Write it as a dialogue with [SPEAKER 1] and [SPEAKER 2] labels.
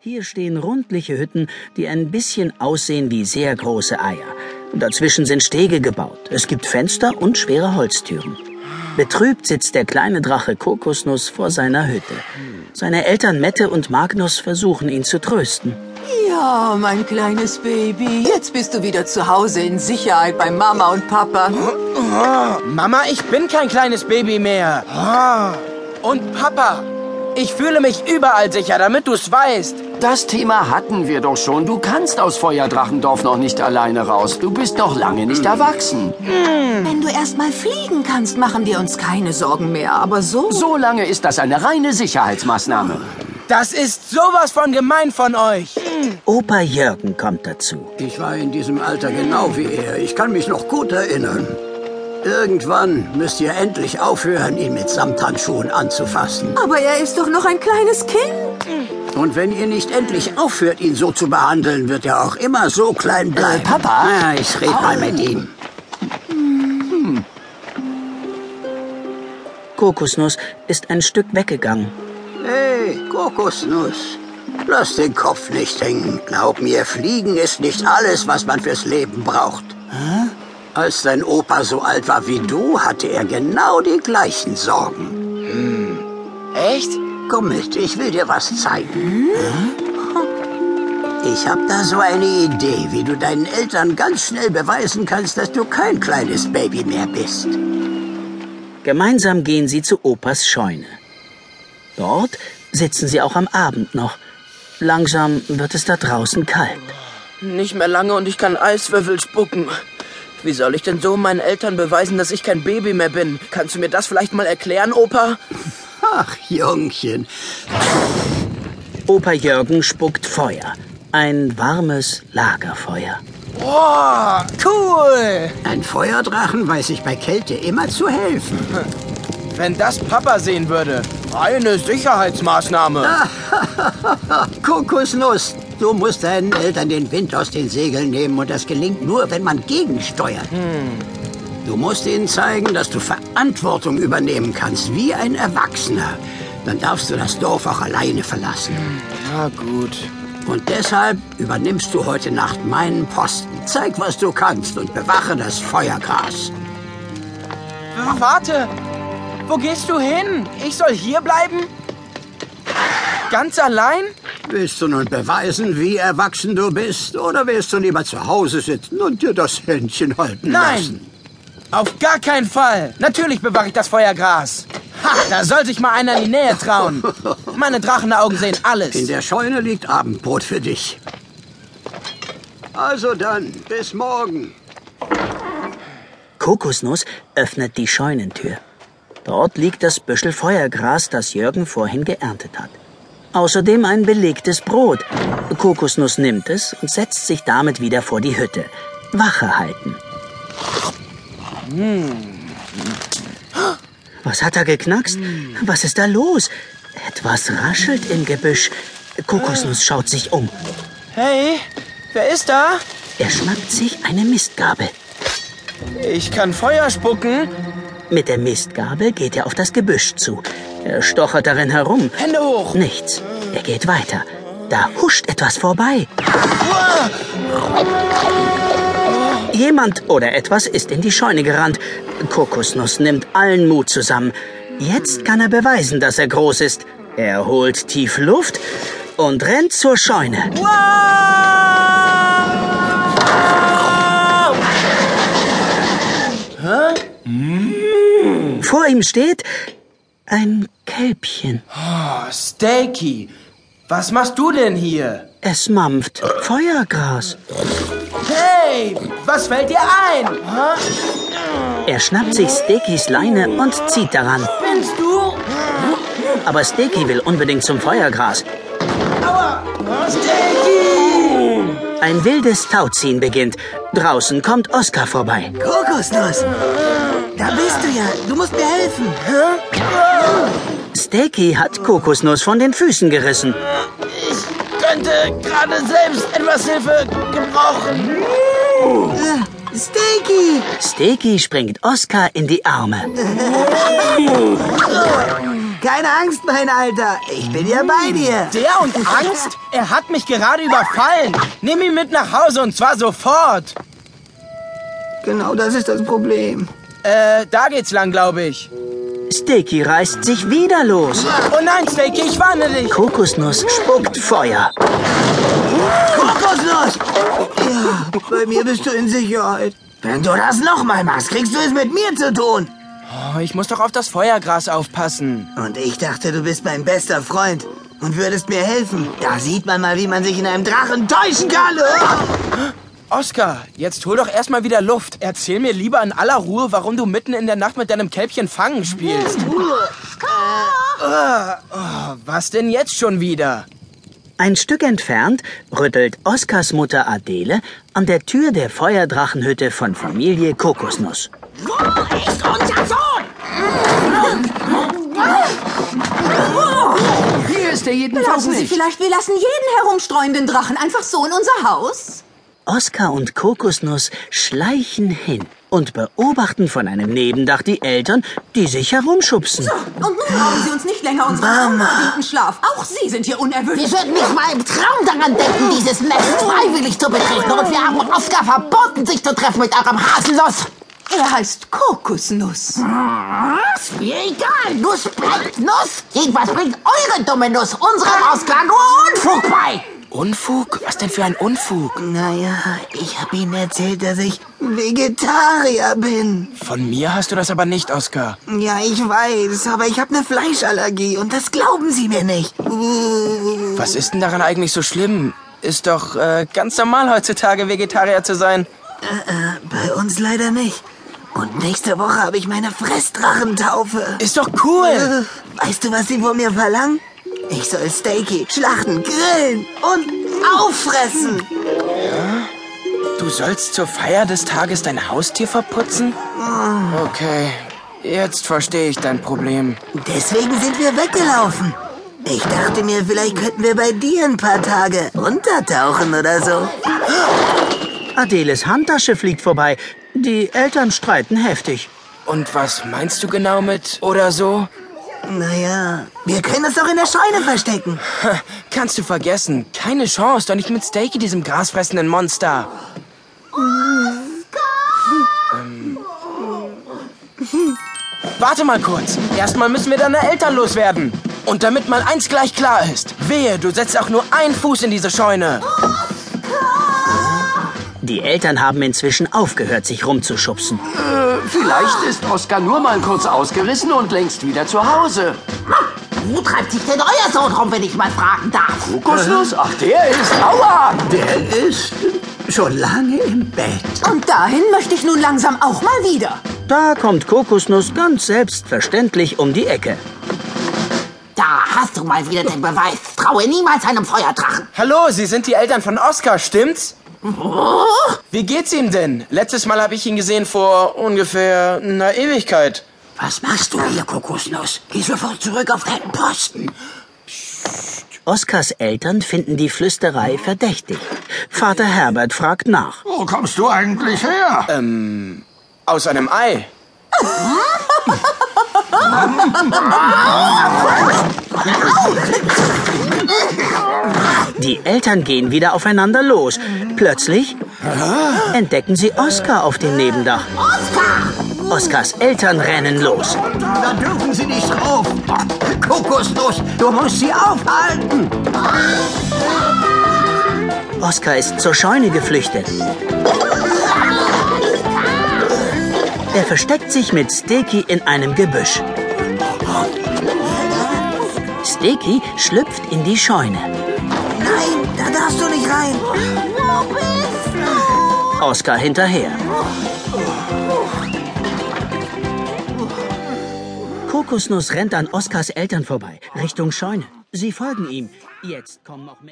[SPEAKER 1] Hier stehen rundliche Hütten, die ein bisschen aussehen wie sehr große Eier. Und dazwischen sind Stege gebaut. Es gibt Fenster und schwere Holztüren. Betrübt sitzt der kleine Drache Kokosnuss vor seiner Hütte. Seine Eltern Mette und Magnus versuchen ihn zu trösten.
[SPEAKER 2] Ja, mein kleines Baby, jetzt bist du wieder zu Hause in Sicherheit bei Mama und Papa.
[SPEAKER 3] Mama, ich bin kein kleines Baby mehr. Ah. Und Papa, ich fühle mich überall sicher, damit du's weißt.
[SPEAKER 4] Das Thema hatten wir doch schon. Du kannst aus Feuerdrachendorf noch nicht alleine raus. Du bist noch lange nicht erwachsen.
[SPEAKER 2] Wenn du erstmal fliegen kannst, machen wir uns keine Sorgen mehr. Aber so.
[SPEAKER 4] So lange ist das eine reine Sicherheitsmaßnahme.
[SPEAKER 3] Das ist sowas von gemein von euch.
[SPEAKER 1] Opa Jürgen kommt dazu.
[SPEAKER 5] Ich war in diesem Alter genau wie er. Ich kann mich noch gut erinnern. Irgendwann müsst ihr endlich aufhören, ihn mit Samthandschuhen anzufassen.
[SPEAKER 2] Aber er ist doch noch ein kleines Kind.
[SPEAKER 5] Und wenn ihr nicht endlich aufhört, ihn so zu behandeln, wird er auch immer so klein bleiben.
[SPEAKER 4] Äh, Papa?
[SPEAKER 5] Ja, ich red mal mit ihm.
[SPEAKER 1] Kokosnuss ist ein Stück weggegangen.
[SPEAKER 5] Hey, Kokosnuss. Lass den Kopf nicht hängen. Glaub mir, Fliegen ist nicht alles, was man fürs Leben braucht. Als dein Opa so alt war wie du, hatte er genau die gleichen Sorgen.
[SPEAKER 3] Echt?
[SPEAKER 5] Komm mit, ich will dir was zeigen. Ich hab da so eine Idee, wie du deinen Eltern ganz schnell beweisen kannst, dass du kein kleines Baby mehr bist.
[SPEAKER 1] Gemeinsam gehen sie zu Opas Scheune. Dort sitzen sie auch am Abend noch. Langsam wird es da draußen kalt.
[SPEAKER 3] Nicht mehr lange und ich kann Eiswürfel spucken. Wie soll ich denn so meinen Eltern beweisen, dass ich kein Baby mehr bin? Kannst du mir das vielleicht mal erklären, Opa?
[SPEAKER 5] Ach, Jungchen,
[SPEAKER 1] Opa Jürgen spuckt Feuer. Ein warmes Lagerfeuer.
[SPEAKER 3] Boah, cool!
[SPEAKER 5] ein Feuerdrachen weiß sich bei Kälte immer zu helfen.
[SPEAKER 3] Wenn das Papa sehen würde. Eine Sicherheitsmaßnahme.
[SPEAKER 5] Kokosnuss, du musst deinen Eltern den Wind aus den Segeln nehmen und das gelingt nur, wenn man gegensteuert. Du musst ihnen zeigen, dass du Verantwortung übernehmen kannst, wie ein Erwachsener. Dann darfst du das Dorf auch alleine verlassen.
[SPEAKER 3] Ja, gut.
[SPEAKER 5] Und deshalb übernimmst du heute Nacht meinen Posten. Zeig, was du kannst und bewache das Feuergras.
[SPEAKER 3] W- Warte! Wo gehst du hin? Ich soll hier bleiben? Ganz allein?
[SPEAKER 5] Willst du nun beweisen, wie erwachsen du bist? Oder willst du lieber zu Hause sitzen und dir das Händchen halten
[SPEAKER 3] Nein.
[SPEAKER 5] lassen?
[SPEAKER 3] Auf gar keinen Fall! Natürlich bewache ich das Feuergras. Ha, da soll sich mal einer in die Nähe trauen. Meine Drachenaugen sehen
[SPEAKER 5] In
[SPEAKER 3] alles.
[SPEAKER 5] der Scheune liegt Abendbrot für dich. Also dann, bis morgen.
[SPEAKER 1] Kokosnuss öffnet die Scheunentür. Dort liegt das Büschel Feuergras, das Jürgen vorhin geerntet hat. Außerdem ein belegtes Brot. Kokosnuss nimmt es und setzt sich damit wieder vor die Hütte. Wache halten. Was hat er geknackst? Was ist da los? Etwas raschelt im Gebüsch. Kokosnuss schaut sich um.
[SPEAKER 3] Hey, wer ist da?
[SPEAKER 1] Er schnappt sich eine Mistgabel.
[SPEAKER 3] Ich kann Feuer spucken.
[SPEAKER 1] Mit der Mistgabel geht er auf das Gebüsch zu. Er stochert darin herum.
[SPEAKER 3] Hände hoch.
[SPEAKER 1] Nichts. Er geht weiter. Da huscht etwas vorbei. Jemand oder etwas ist in die Scheune gerannt. Kokosnuss nimmt allen Mut zusammen. Jetzt kann er beweisen, dass er groß ist. Er holt tief Luft und rennt zur Scheune. Vor ihm steht ein Kälbchen.
[SPEAKER 3] Oh, Steaky, was machst du denn hier?
[SPEAKER 1] Es mampft Feuergras.
[SPEAKER 3] Hey, was fällt dir ein? Ha?
[SPEAKER 1] Er schnappt sich Stekis Leine und zieht daran.
[SPEAKER 3] Spinnst du?
[SPEAKER 1] Aber Steki will unbedingt zum Feuergras.
[SPEAKER 3] Aua! Steaky!
[SPEAKER 1] Ein wildes Tauziehen beginnt. Draußen kommt Oskar vorbei.
[SPEAKER 2] Kokosnuss. Da bist du ja. Du musst mir helfen.
[SPEAKER 5] Äh,
[SPEAKER 1] Steki hat Kokosnuss von den Füßen gerissen.
[SPEAKER 3] Ich könnte gerade selbst etwas Hilfe gebrauchen.
[SPEAKER 2] Steaky.
[SPEAKER 1] Steki springt Oskar in die Arme.
[SPEAKER 5] Keine Angst, mein Alter. Ich bin ja bei
[SPEAKER 2] Hm.
[SPEAKER 5] dir.
[SPEAKER 3] Der und Angst? Er hat mich gerade überfallen. Nimm ihn mit nach Hause und zwar sofort.
[SPEAKER 5] Genau das ist das Problem.
[SPEAKER 3] Äh, da geht's lang, glaube ich.
[SPEAKER 1] Sticky reißt sich wieder los.
[SPEAKER 3] Oh nein, Steaky, ich warne dich.
[SPEAKER 1] Kokosnuss spuckt Feuer.
[SPEAKER 5] Kokosnuss! Ja, bei mir bist du in Sicherheit. Wenn du das nochmal machst, kriegst du es mit mir zu tun.
[SPEAKER 3] Oh, ich muss doch auf das Feuergras aufpassen.
[SPEAKER 5] Und ich dachte, du bist mein bester Freund und würdest mir helfen. Da sieht man mal, wie man sich in einem Drachen täuschen kann.
[SPEAKER 3] Oscar, jetzt hol doch erstmal wieder Luft. Erzähl mir lieber in aller Ruhe, warum du mitten in der Nacht mit deinem Kälbchen fangen spielst. Ah, oh, was denn jetzt schon wieder?
[SPEAKER 1] Ein Stück entfernt rüttelt Oskars Mutter Adele an der Tür der Feuerdrachenhütte von Familie Kokosnuss.
[SPEAKER 6] Wo ist unser Sohn?
[SPEAKER 4] Hier ist er jedenfalls
[SPEAKER 2] Glauben Sie
[SPEAKER 4] nicht.
[SPEAKER 2] vielleicht, wir lassen jeden herumstreuenden Drachen einfach so in unser Haus?
[SPEAKER 1] Oskar und Kokosnuss schleichen hin und beobachten von einem Nebendach die Eltern, die sich herumschubsen.
[SPEAKER 2] Und nun rauben Sie uns nicht länger unseren unverdienten Schlaf. Auch Sie sind hier
[SPEAKER 6] Wir
[SPEAKER 2] unerwünscht.
[SPEAKER 6] würden nicht mal im Traum daran denken, dieses Nest freiwillig zu betreten. Und wir haben Oskar verboten, sich zu treffen mit eurem Haselnuss.
[SPEAKER 2] Er heißt Kokosnuss.
[SPEAKER 6] Was? Mir egal. Nuss bleibt Nuss. Jedenfalls bringt eure dumme Nuss unserem Oskar nur Unfug bei.
[SPEAKER 3] Unfug? Was denn für ein Unfug?
[SPEAKER 5] Naja, ich hab ihnen erzählt, dass ich Vegetarier bin.
[SPEAKER 3] Von mir hast du das aber nicht, Oscar.
[SPEAKER 5] Ja, ich weiß, aber ich hab eine Fleischallergie und das glauben sie mir nicht. Uh,
[SPEAKER 3] Was ist denn daran eigentlich so schlimm? Ist doch äh, ganz normal heutzutage, Vegetarier zu sein.
[SPEAKER 5] Bei uns leider nicht. Und nächste Woche habe ich meine Fressdrachentaufe. Äh,
[SPEAKER 3] Ist doch cool.
[SPEAKER 5] Weißt du, was sie von mir verlangen? Ich soll Steaky schlachten, grillen und auffressen.
[SPEAKER 3] Du sollst zur Feier des Tages dein Haustier verputzen?
[SPEAKER 5] Ah.
[SPEAKER 3] Okay, jetzt verstehe ich dein Problem.
[SPEAKER 5] Deswegen sind wir weggelaufen. Ich dachte mir, vielleicht könnten wir bei dir ein paar Tage untertauchen oder so.
[SPEAKER 1] Adeles Handtasche fliegt vorbei. Die Eltern streiten heftig.
[SPEAKER 3] Und was meinst du genau mit oder so?
[SPEAKER 5] Naja, wir können es doch in der Scheune verstecken.
[SPEAKER 3] Ha, Kannst du vergessen. Keine Chance, doch nicht mit Steaky, diesem grasfressenden Monster. Ähm. Warte mal kurz. Erstmal müssen wir deine Eltern loswerden. Und damit mal eins gleich klar ist. Wehe, du setzt auch nur einen Fuß in diese Scheune.
[SPEAKER 1] Die Eltern haben inzwischen aufgehört, sich rumzuschubsen.
[SPEAKER 4] Vielleicht ist Oskar nur mal kurz ausgerissen und längst wieder zu Hause.
[SPEAKER 6] Wo treibt sich denn euer Sohn rum, wenn ich mal fragen darf?
[SPEAKER 4] Kokosnuss? Ach, der ist. Aua!
[SPEAKER 5] Der ist schon lange im Bett.
[SPEAKER 2] Und dahin möchte ich nun langsam auch mal wieder.
[SPEAKER 1] Da kommt Kokosnuss ganz selbstverständlich um die Ecke.
[SPEAKER 6] Da hast du mal wieder den Beweis. Traue niemals einem Feuerdrachen.
[SPEAKER 3] Hallo, Sie sind die Eltern von Oscar, stimmt's? Wie geht's ihm denn? Letztes Mal habe ich ihn gesehen vor ungefähr einer Ewigkeit.
[SPEAKER 5] Was machst du hier, Kokosnuss? Geh sofort zurück auf deinen Posten.
[SPEAKER 1] Oskars Eltern finden die Flüsterei verdächtig. Vater Herbert fragt nach.
[SPEAKER 7] Wo kommst du eigentlich her?
[SPEAKER 3] Aus einem Ei.
[SPEAKER 1] Die Eltern gehen wieder aufeinander los. Plötzlich entdecken sie Oskar auf dem Nebendach. Oskars Eltern rennen los.
[SPEAKER 5] Da dürfen sie nicht drauf. Kokosnuss, du musst sie aufhalten.
[SPEAKER 1] Oskar ist zur Scheune geflüchtet. Er versteckt sich mit Sticky in einem Gebüsch. Sticky schlüpft in die Scheune.
[SPEAKER 5] Nein, da darfst du nicht rein.
[SPEAKER 1] Oskar hinterher. Kokosnuss rennt an Oskars Eltern vorbei, Richtung Scheune. Sie folgen ihm. Jetzt kommen noch mehr.